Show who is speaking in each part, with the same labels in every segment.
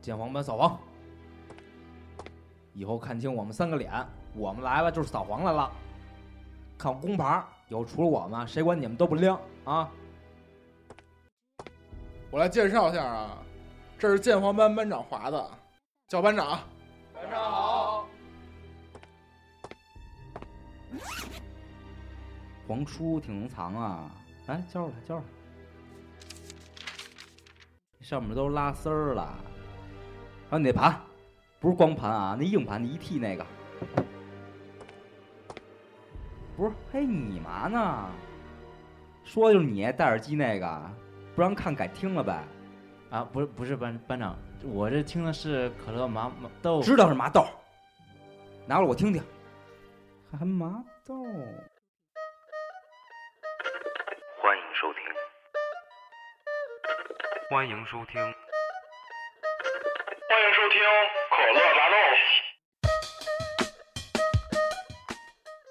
Speaker 1: 建房班扫黄。以后看清我们三个脸，我们来了就是扫黄来了。看工牌儿，以后除了我们，谁管你们都不亮啊！
Speaker 2: 我来介绍一下啊，这是建房班班长华子，叫班长。
Speaker 3: 晚上好，
Speaker 1: 皇叔挺能藏啊，来交出来，交出来。上面都拉丝儿了，还有你那盘，不是光盘啊，那硬盘，你一 T 那个。不是，嘿，你嘛呢？说的就是你戴耳机那个，不让看改听了呗。
Speaker 4: 啊，不是不是班班长，我这听的是可乐麻麻豆，
Speaker 1: 哦知道是麻豆，拿过来我听听。还麻豆，
Speaker 5: 欢迎收听，欢迎收听，
Speaker 3: 欢迎收听可乐麻豆。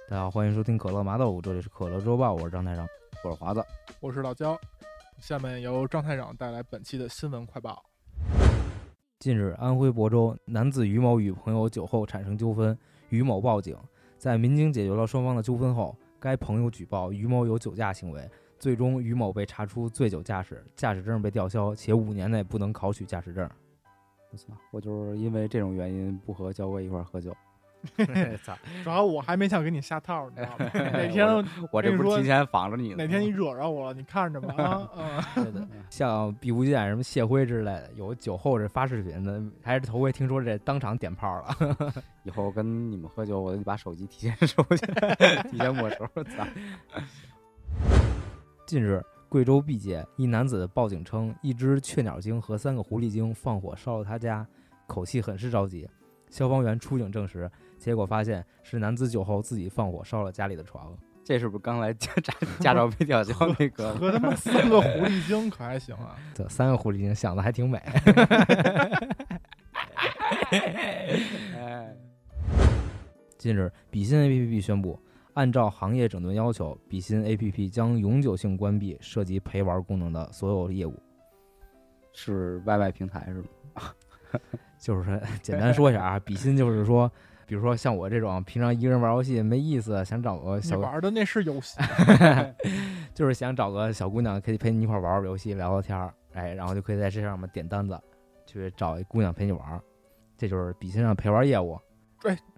Speaker 6: 大家好，欢迎收听可乐麻豆，这里是可乐周报，我是张台长，我是华子。
Speaker 2: 我是老焦。下面由张台长带来本期的新闻快报。
Speaker 6: 近日，安徽亳州男子于某与朋友酒后产生纠纷，于某报警，在民警解决了双方的纠纷后，该朋友举报于某有酒驾行为，最终于某被查出醉酒驾驶，驾驶证被吊销，且五年内不能考取驾驶证。
Speaker 7: 我操！我就是因为这种原因不和焦哥一块儿喝酒。
Speaker 6: 操！
Speaker 2: 主要我还没想给你下套，你知 道吗？哪天
Speaker 7: 我这
Speaker 2: 跟你
Speaker 7: 不是
Speaker 2: 说
Speaker 7: 提前防着你呢吗？
Speaker 2: 哪天你惹着我了，你看着 吧啊！嗯，
Speaker 6: 对的，像毕无剑、什么谢辉之类的，有酒后这发视频的，还是头回听说这当场点炮了。
Speaker 7: 以后跟你们喝酒，我得把手机提前收起来，提前没收。操！
Speaker 6: 近日，贵州毕节一男子报警称，一只雀鸟精和三个狐狸精放火烧了他家，口气很是着急。消防员出警证实，结果发现是男子酒后自己放火烧了家里的床。
Speaker 7: 这是不是刚来驾驾驾照被吊销那个？
Speaker 2: 和他妈三个狐狸精可还行 啊？
Speaker 6: 这三个狐狸精想的还挺美。
Speaker 7: 哎，
Speaker 6: 近日，比心 APP 宣布，按照行业整顿要求，比心 APP 将永久性关闭涉及陪玩功能的所有业务。
Speaker 7: 是 YY 平台是吗？
Speaker 6: 就是说简单说一下啊，比心就是说，比如说像我这种平常一个人玩游戏没意思，想找个
Speaker 2: 你
Speaker 6: 小
Speaker 2: 玩的那是游 戏，
Speaker 6: 就是想找个小姑娘可以陪你一块玩玩游戏、聊聊天儿，哎，然后就可以在这上面点单子，去找一姑娘陪你玩儿，这就是比心上陪玩业务。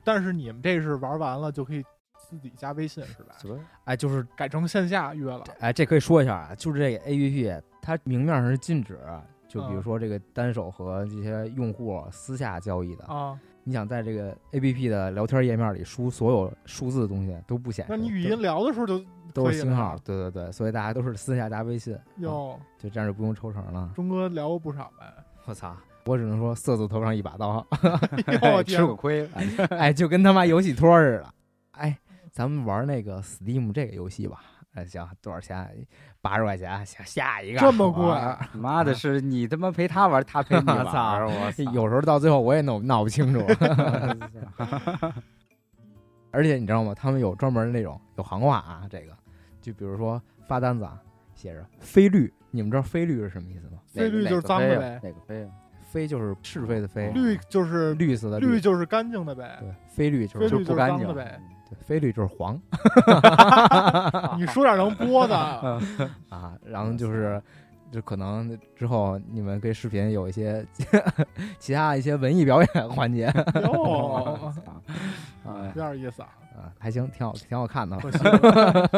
Speaker 2: 但是你们这是玩完了就可以自己加微信是吧？
Speaker 6: 哎，就是
Speaker 2: 改成线下约了，
Speaker 6: 哎，这可以说一下啊，就是这个 A P P 它明面上是禁止，就比如
Speaker 2: 嗯
Speaker 6: 说这个单手和这些用户私下交易的，
Speaker 2: 啊，
Speaker 6: 你想在这个 A P P 的聊天页面里输所有数字的东西都不显示，
Speaker 2: 那你语
Speaker 6: 都
Speaker 2: 音聊的时候就
Speaker 6: 都是
Speaker 2: 可以
Speaker 6: 星
Speaker 2: 了
Speaker 6: 号，对对对，所以大家都是私下加微信，
Speaker 2: 哟，
Speaker 6: 就这样就不用抽成了。
Speaker 2: 钟哥聊过不少 呗。
Speaker 6: 我操！我只能说色字头上一把刀，
Speaker 2: 哎呦
Speaker 7: 哎
Speaker 2: 我
Speaker 7: 吃
Speaker 2: 天，
Speaker 7: 过亏。哎
Speaker 6: 哎，就跟他妈游戏托似的。哎，咱们玩那个 Steam 这个游戏吧。哎，行，多少钱？八十块钱，行，下一个。啊
Speaker 2: 这么贵啊
Speaker 6: 我玩
Speaker 7: 妈的，是你他妈陪他玩，他陪你玩。哎
Speaker 6: 我操
Speaker 7: 我操！
Speaker 6: 有时候到最后我也弄闹不 清楚。而且你知道吗？他们有专门那种有行话啊，这个就比如说发单子啊，写着“非绿”，你们知道“非绿”是什么意思吗？
Speaker 2: 费率就是脏的呗，
Speaker 7: 哪个飞啊？
Speaker 6: 非就是是非的非，
Speaker 2: 绿就是
Speaker 6: 绿色的
Speaker 2: 绿就是干净的呗，
Speaker 6: 对，非绿就
Speaker 2: 非
Speaker 6: 是
Speaker 2: 绿就
Speaker 7: 就
Speaker 2: 是
Speaker 7: 不干
Speaker 2: 脏的
Speaker 7: 净
Speaker 2: 呗。
Speaker 6: 对，非绿就是黄
Speaker 2: 你说点能播的，
Speaker 6: 啊。然后就是，就可能之后你们跟视频有一些 其他一些文艺表演环 节
Speaker 2: 哟，有
Speaker 7: 哎，
Speaker 2: 点意思啊。
Speaker 6: 啊，还行，挺好，挺好看的。
Speaker 2: 可惜了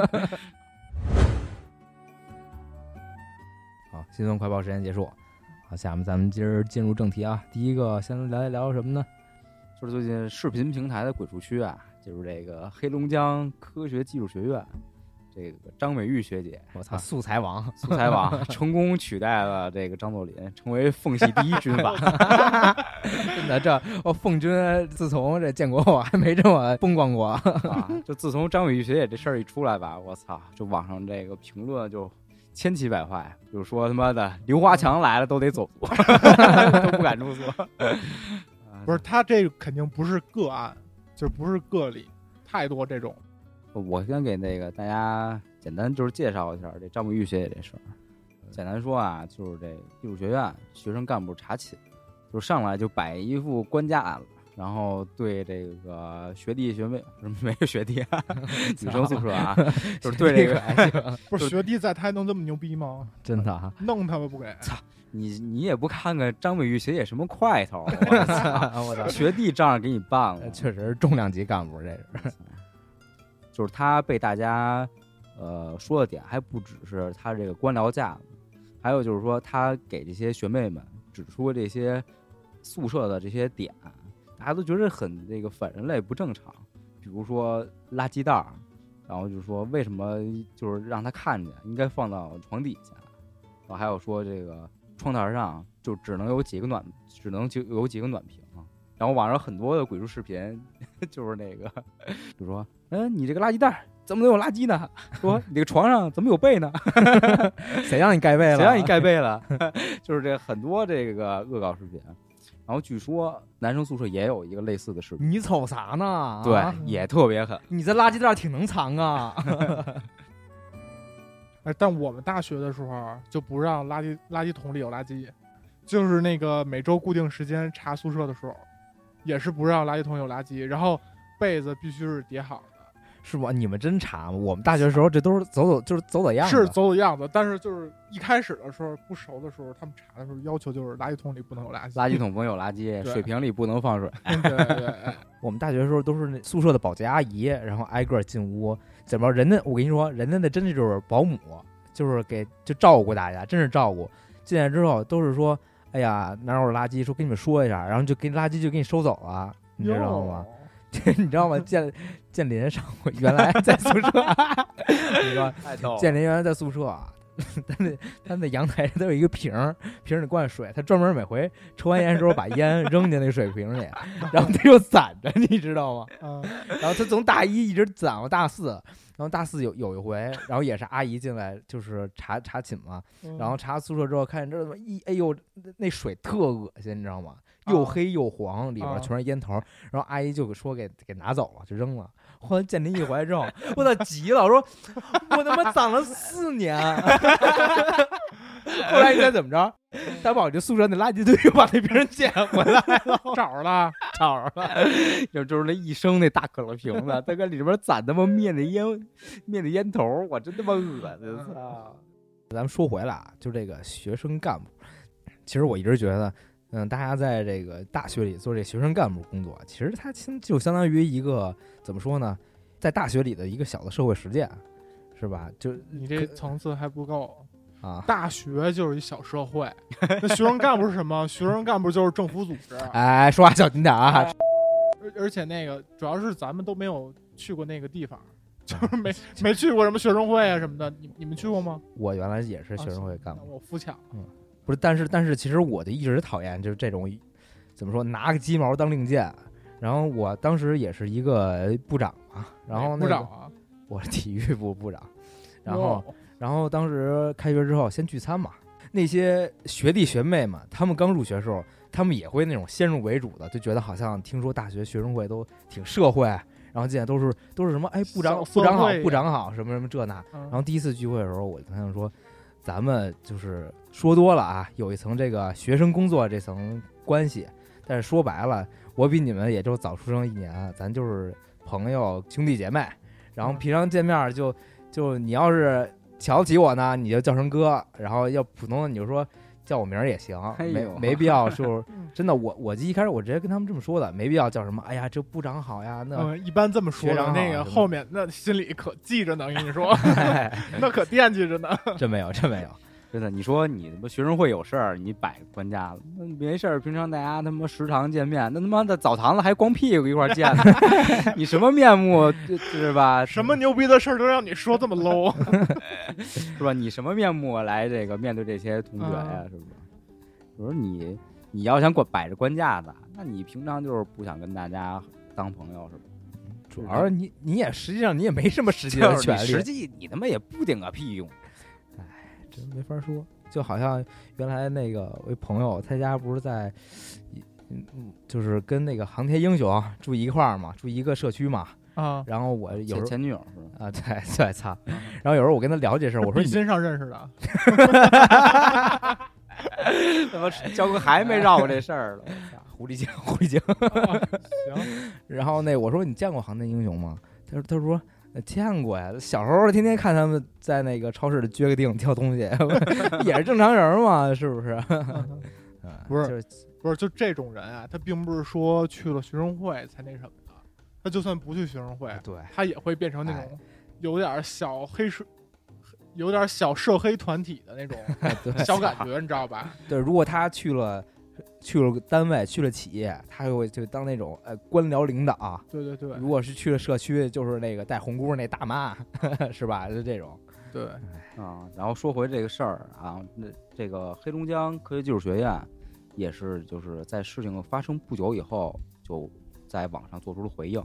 Speaker 6: 好，新闻快报时间结束。好，下面咱们今儿进入正题啊。第一个，先聊一聊什么呢？
Speaker 7: 就是最近视频平台的鬼畜区啊，就是这个黑龙江科学技术学院，这个张美玉学姐，
Speaker 6: 我操，啊素材王！
Speaker 7: 素材 网成功取代了这个张作霖，成为缝隙第一军 阀。
Speaker 6: 真的，这我奉军自从这建国后还没这么风光过。
Speaker 7: 啊！就自从张伟玉学姐这事儿一出来吧，我操，就网上这个评论就千奇百怪，比如说他妈的刘华强来了都得走 族，都不敢入座。
Speaker 2: 不是他这肯定不是个案，就不是个例，太多这种。
Speaker 7: 我先给那个大家简单就是介绍一下这张美玉学姐这事儿。简单说啊，就是这艺术学院学生干部查寝，就上来就摆一副官家案子，然后对这个学弟学妹不是没有学弟 啊，女生宿舍啊，就是对这个，哎
Speaker 2: 不是学弟在，他还能这么牛逼吗？
Speaker 6: 真的啊，
Speaker 2: 弄他们不给，
Speaker 7: 你你也不看看张伟玉学姐什么块头， 我操
Speaker 6: 我操，
Speaker 7: 学弟仗着给你办
Speaker 6: 呃
Speaker 7: 了，
Speaker 6: 确实是重量级干部，这是
Speaker 7: 就是他被大家呃说的点还不只是他这个官僚架子，还有就是说他给这些学妹们指出这些宿舍的这些点，大家都觉得很这个反人类不正常，比如说垃圾袋儿，然后就是说为什么就是让他看见，应该放到床底下，然后还有说这个窗台上就只能有几个暖，只能就有几个暖瓶。然后网上很多的鬼畜视频， 就是那个，比如说嗯，你这个垃圾袋儿怎么能有垃圾呢？ 说你这个床上怎么有被呢？
Speaker 6: 谁让你盖被了？
Speaker 7: 谁让你？盖被 了？就是这很多这个恶搞视频。然后据说男生宿舍也有一个类似的视频，
Speaker 6: 你瞅啥呢？啊
Speaker 7: 对，也特别狠。
Speaker 6: 你这垃圾袋挺能藏啊！
Speaker 2: 哎，但我们大学的时候啊就不让垃圾垃圾桶里有垃圾，就是那个每周固定时间查宿舍的时候，也是不让垃圾桶有垃圾，然后被子必须是叠好的，
Speaker 6: 是吗？你们真查吗？我们大学时候这都是走走，就是走走样子
Speaker 2: 是走走样子。但是就是一开始的时候不熟的时候，他们查的时候要求就是垃圾桶里不能有垃圾，
Speaker 7: 垃圾桶不能有垃圾，
Speaker 2: 对
Speaker 7: 水瓶里不能放水。
Speaker 2: 对对对哎对，
Speaker 6: 我们大学的时候都是那宿舍的保洁阿姨，然后挨个进屋，怎么着人家我跟你说，人家那真的就是保姆，就是给就照顾大家，真是照顾。进来之后都是说，哎呀哪有垃圾，说跟你们说一下，然后就给垃圾就给你收走了， 你知道吗？
Speaker 2: 哟？
Speaker 6: 这你知道吗？建建林上我原来在宿舍，你说
Speaker 7: 太 逗
Speaker 6: 建林原来在宿舍啊， 他那他那阳台上都有一个瓶儿， 瓶儿里灌水，他专门每回抽完烟的时候把烟扔进那水瓶里，然后他就攒着，你知道吗？
Speaker 2: 嗯，
Speaker 6: 然后他从大一一直攒到大四，然后大四有有一回，然后也是阿姨进来就是查查寝嘛，
Speaker 2: 嗯
Speaker 6: 然后查宿舍之后看见这怎么一哎呦那那水特恶心，你知道吗？又黑又黄，里边
Speaker 2: 啊
Speaker 6: 全是烟头，然后阿姨就给说给给拿走了，就扔了。后来见您一回来之后，我操急了，我说我他妈攒了四年。 后来你猜怎么着？他把我这宿舍那垃圾堆又把那瓶捡回来了，
Speaker 2: 找着了，
Speaker 6: 找着了。
Speaker 7: 就就是那一升那大可乐瓶子，他搁里边攒他妈灭的烟灭的烟头，我真他妈恶
Speaker 2: 嗯
Speaker 7: 心！
Speaker 2: 啊
Speaker 7: 操！
Speaker 6: 咱们说回来啊，就这个学生干部，其实我一直觉得，嗯，大家在这个大学里做这学生干部工作，啊其实它其就相当于一个怎么说呢，在大学里的一个小的社会实践，是吧？就
Speaker 2: 你这层次还不够。
Speaker 6: 啊，
Speaker 2: 大学就是一小 社会，那学生干部是什么？学生干部就是政府组织，
Speaker 6: 哎，说话小心点啊！
Speaker 2: 而而且那个主要是咱们都没有去过那个地
Speaker 6: 哎
Speaker 2: 方，就是没没去过什么学生会啊什么的。你你们去过吗？
Speaker 6: 我原来也是学生会干
Speaker 2: 那
Speaker 6: 部，
Speaker 2: 我肤浅了。
Speaker 6: 不是，但是但是，其实我就一直讨厌就是这种怎么说，拿个鸡毛当令箭。然后我当时也是一个部长嘛，然后、那个、
Speaker 2: 部长啊，
Speaker 6: 我是体育部部长，然后。
Speaker 2: 哟
Speaker 6: 然后当时开学之后先聚餐嘛，那些学弟学妹嘛，他们刚入学的时候，他们也会那种先入为主的，就觉得好像听说大学学生会都挺社会，然后进来都是都是什么哎部长
Speaker 2: 小
Speaker 6: 部长
Speaker 2: 社
Speaker 6: 好
Speaker 2: 会
Speaker 6: 部长好什么什么这那。
Speaker 2: 嗯
Speaker 6: 然后第一次聚会的时候，我就跟他们说，咱们就是说多了啊，有一层这个学生工作这层关系，但是说白了，我比你们也就早出生一年，咱就是朋友兄弟姐妹，然后
Speaker 2: 嗯
Speaker 6: 平常见面就就你要是瞧得起我呢，你就叫声哥，然后要普通的你就说叫我名儿也行，
Speaker 7: 哎
Speaker 6: 没
Speaker 7: 呦
Speaker 6: 没必要 就是
Speaker 2: 嗯
Speaker 6: 真的，我我一开始我直接跟他们这么说的，没必要叫什么哎呀这部长好呀那。
Speaker 2: 嗯，一般这么说
Speaker 6: 学长
Speaker 2: 的，
Speaker 6: 好
Speaker 2: 那个
Speaker 6: 什么
Speaker 2: 后面那心里可记着呢，跟你 说，
Speaker 6: 哎
Speaker 2: 那可惦记着呢。
Speaker 7: 嗯
Speaker 6: 真没有，真没有。
Speaker 7: 真的，你说你他妈学生会有事儿，你摆个官架子，那没事儿，平常大家他妈食堂见面，那他妈的澡堂子还光屁股一块儿 见呢，你什么面目这是吧？
Speaker 2: 什么牛逼的事儿都让你 说这么 low，
Speaker 7: 是吧？你什么面目来这个面对这些同学呀、
Speaker 6: 嗯
Speaker 2: 啊
Speaker 7: 是不是？我说你你要想管摆着官架子，那你平常就是不想跟大家当朋友 是吧？
Speaker 6: 主要是你你也实际上你也没什么实际的
Speaker 7: 就是
Speaker 6: 权
Speaker 7: 你
Speaker 6: 利，
Speaker 7: 实际你他妈也不顶个屁用，
Speaker 6: 真没法说。就好像原来那个我一朋友，他家不是在，嗯嗯，就是跟那个航天英雄住一块儿嘛，住一个社区嘛。
Speaker 2: 啊，
Speaker 6: 然后我有
Speaker 7: 前
Speaker 6: 时候
Speaker 7: 前女友是 吧？
Speaker 6: 啊，对对，操。 然 后有时候我跟他聊这事儿，我说
Speaker 2: 比
Speaker 6: 你
Speaker 2: 心上认识的，
Speaker 7: 怎么教哥还没绕过这事儿了？我操
Speaker 6: 狐狸精，狐狸精。哦
Speaker 2: 行，
Speaker 6: 然后那我说你见过《航天英雄》吗？他说他说呃见过呀，小时候天天看他们在那个超市里撅个腚挑东西， 也是正常人嘛，是不是？ 啊
Speaker 2: 不是
Speaker 6: 就是
Speaker 2: 不是就这种人啊，他并不是说去了学生会才那什么的，他就算不去学生会，
Speaker 6: 对，
Speaker 2: 他也会变成那
Speaker 6: 哎
Speaker 2: 种有点小黑社，有点小社黑团体的那种
Speaker 6: 对
Speaker 2: 小感觉，你知道吧？
Speaker 6: 对，如果他去了。去了单位，去了企业，他就会就当那种呃官僚领导。
Speaker 2: 对对对
Speaker 6: 如果是去了社区，就是那个戴红箍那大妈， 是吧？就这种。
Speaker 2: 对，
Speaker 7: 啊，然后说回这个事儿啊，那这个黑龙江科学技术学院也是就是在事情发生不久以后，就在网上做出了回应，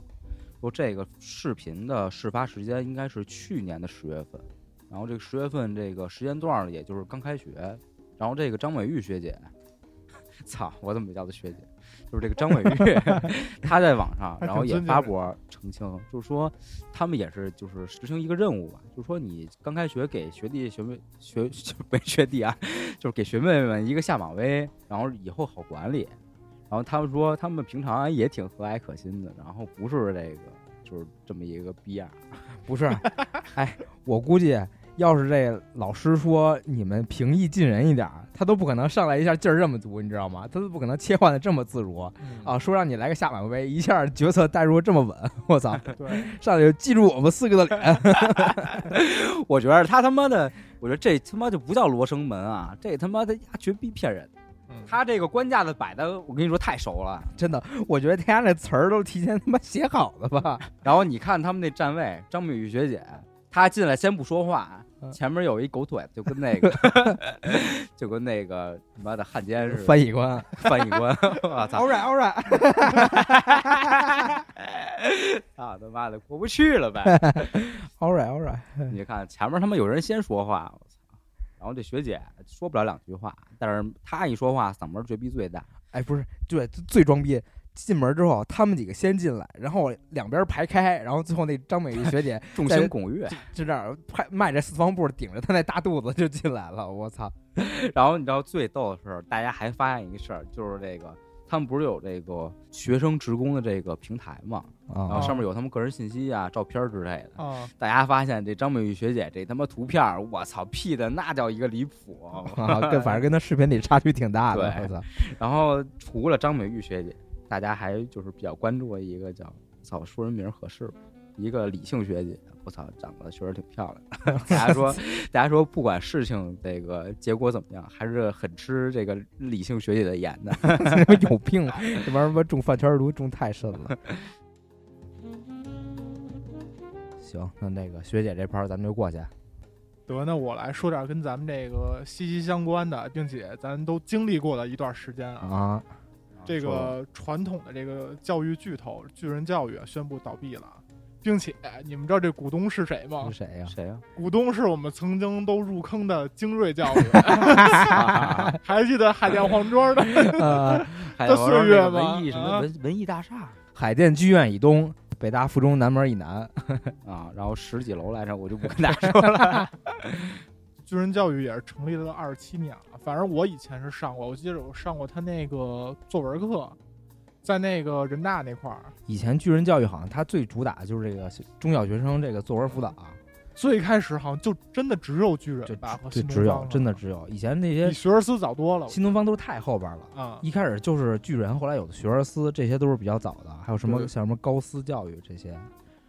Speaker 7: 说这个视频的事发时间应该是去年的十月份，然后这个十月份这个时间段儿呢也就是刚开学，然后这个张美玉学姐， 操，我怎么没叫她学姐？就是这个张美玉， 她在网上，
Speaker 2: 还
Speaker 7: 然后
Speaker 2: 挺
Speaker 7: 也
Speaker 2: 尊敬
Speaker 7: 发
Speaker 2: 人
Speaker 7: 博澄清，就是说他们也是就是实行一个任务吧，就是说你刚开学给学弟学妹学 没学弟啊，就是给学妹们一个下马威，然后以后好管理。然后他们说他们平常也挺和蔼可亲的，然后不是这个就是这么一个逼样儿。
Speaker 6: 不 是，哎，我估计要是这老师说你们平易近人一点儿，他都不可能上来一下劲儿这么足，你知道吗？他都不可能切换的这么自如
Speaker 2: 嗯
Speaker 6: 啊！说让你来个下马威，一下角色带入这么稳，我 操！
Speaker 2: 对，
Speaker 6: 上来就记住我们四个的脸，
Speaker 7: 我觉得他他妈的，我觉得这他妈就不叫罗生门啊，这他妈的呀绝逼骗人。
Speaker 2: 嗯
Speaker 7: 他这个官架子摆的，我跟你说太熟了。
Speaker 6: 真的，我觉得他家那词儿都是提前他妈写好的吧？
Speaker 7: 然后你看他们那站位，张美玉学姐，她进来先不说话
Speaker 6: 嗯，
Speaker 7: 前面有一狗腿，就跟 那个，就跟那个他妈的汉奸似的，
Speaker 6: 翻译官
Speaker 7: 翻 译官，我操，
Speaker 6: ，all right，all right，
Speaker 7: 啊他妈的过不去了呗。
Speaker 6: all right，all right，
Speaker 7: 你看前面他妈有人先说话，我操，然后这学姐说不了两句话，但是她一说话嗓门儿绝逼最大。
Speaker 6: 哎，不是，对，最装逼。进门之后，他们几个先进来，然后两边排开，然后最后那张美玉学姐
Speaker 7: 众
Speaker 6: 在
Speaker 7: 星拱月，
Speaker 6: 就这样快迈着四方步顶着他那大肚子就进来了，我操！
Speaker 7: 然后你知道最逗的是，大家还发现一个事儿，就是这个他们不是有这个学生职工的这个平台嘛，然后
Speaker 6: 啊
Speaker 7: 上面有他们个人信息啊、照片儿之类的。
Speaker 2: 啊，
Speaker 7: 大家发现这张美玉学姐这他妈图片儿，我操 P 的那叫一个离谱啊。
Speaker 6: 啊，跟反正跟他视频里差距挺大的，
Speaker 7: 对
Speaker 6: 我操！
Speaker 7: 然后除了张美玉学姐，大家还就是比较关注的一个叫“操”，说人名合适吗？一个李姓学姐，我操，长得确实挺漂亮的。大家说，大家说，不管事情这个结果怎么样，还是很吃这个李姓学姐的眼的。
Speaker 6: 有病，啊这玩意儿他妈中饭圈毒中太深了。行，那那个学姐这盘儿咱们就过去。
Speaker 2: 得，那我来说点跟咱们这个息息相关的，并且咱都经历过的一段时间啊。
Speaker 6: 啊，
Speaker 2: 这
Speaker 7: 嗯说吧
Speaker 2: 个传统的这个教育巨头巨人教育啊宣布倒闭了，并且你们知道这股东是谁吗
Speaker 6: 是？谁 呀、
Speaker 7: 谁呀、啊
Speaker 2: 股东是我们曾经都入坑的精锐教 育，还记得海淀黄庄的？
Speaker 6: 呃，
Speaker 7: 还
Speaker 2: 这
Speaker 7: 有
Speaker 2: 岁月吗
Speaker 7: 文艺什
Speaker 2: 啊
Speaker 7: 么文文艺大厦
Speaker 6: 海淀剧院以东，北大附中南门以南。
Speaker 7: 啊，然后十几楼来着，我就不跟大家说了。
Speaker 2: 巨人教育也是成立了二十七年了，反正我以前是上过，我记得我上过他那个作文课，在那个人大那块儿。
Speaker 6: 以前巨人教育好像它最主打的就是这个中小学生这个作文辅导、啊
Speaker 2: 最开始好像就真的只有巨
Speaker 6: 就
Speaker 2: 人嗯吧，和
Speaker 6: 就
Speaker 2: 新东
Speaker 6: 只
Speaker 2: 方
Speaker 6: 有
Speaker 2: 了啊
Speaker 6: 真的只有以前那
Speaker 2: 比
Speaker 6: 些
Speaker 2: 学而思早多了
Speaker 6: 新东方都是太后边儿了。
Speaker 2: 啊。
Speaker 6: 一开始就是巨人，后来有的学而思，这些都是比较早的，还有什么
Speaker 2: 对
Speaker 6: 像什么高思教育这些，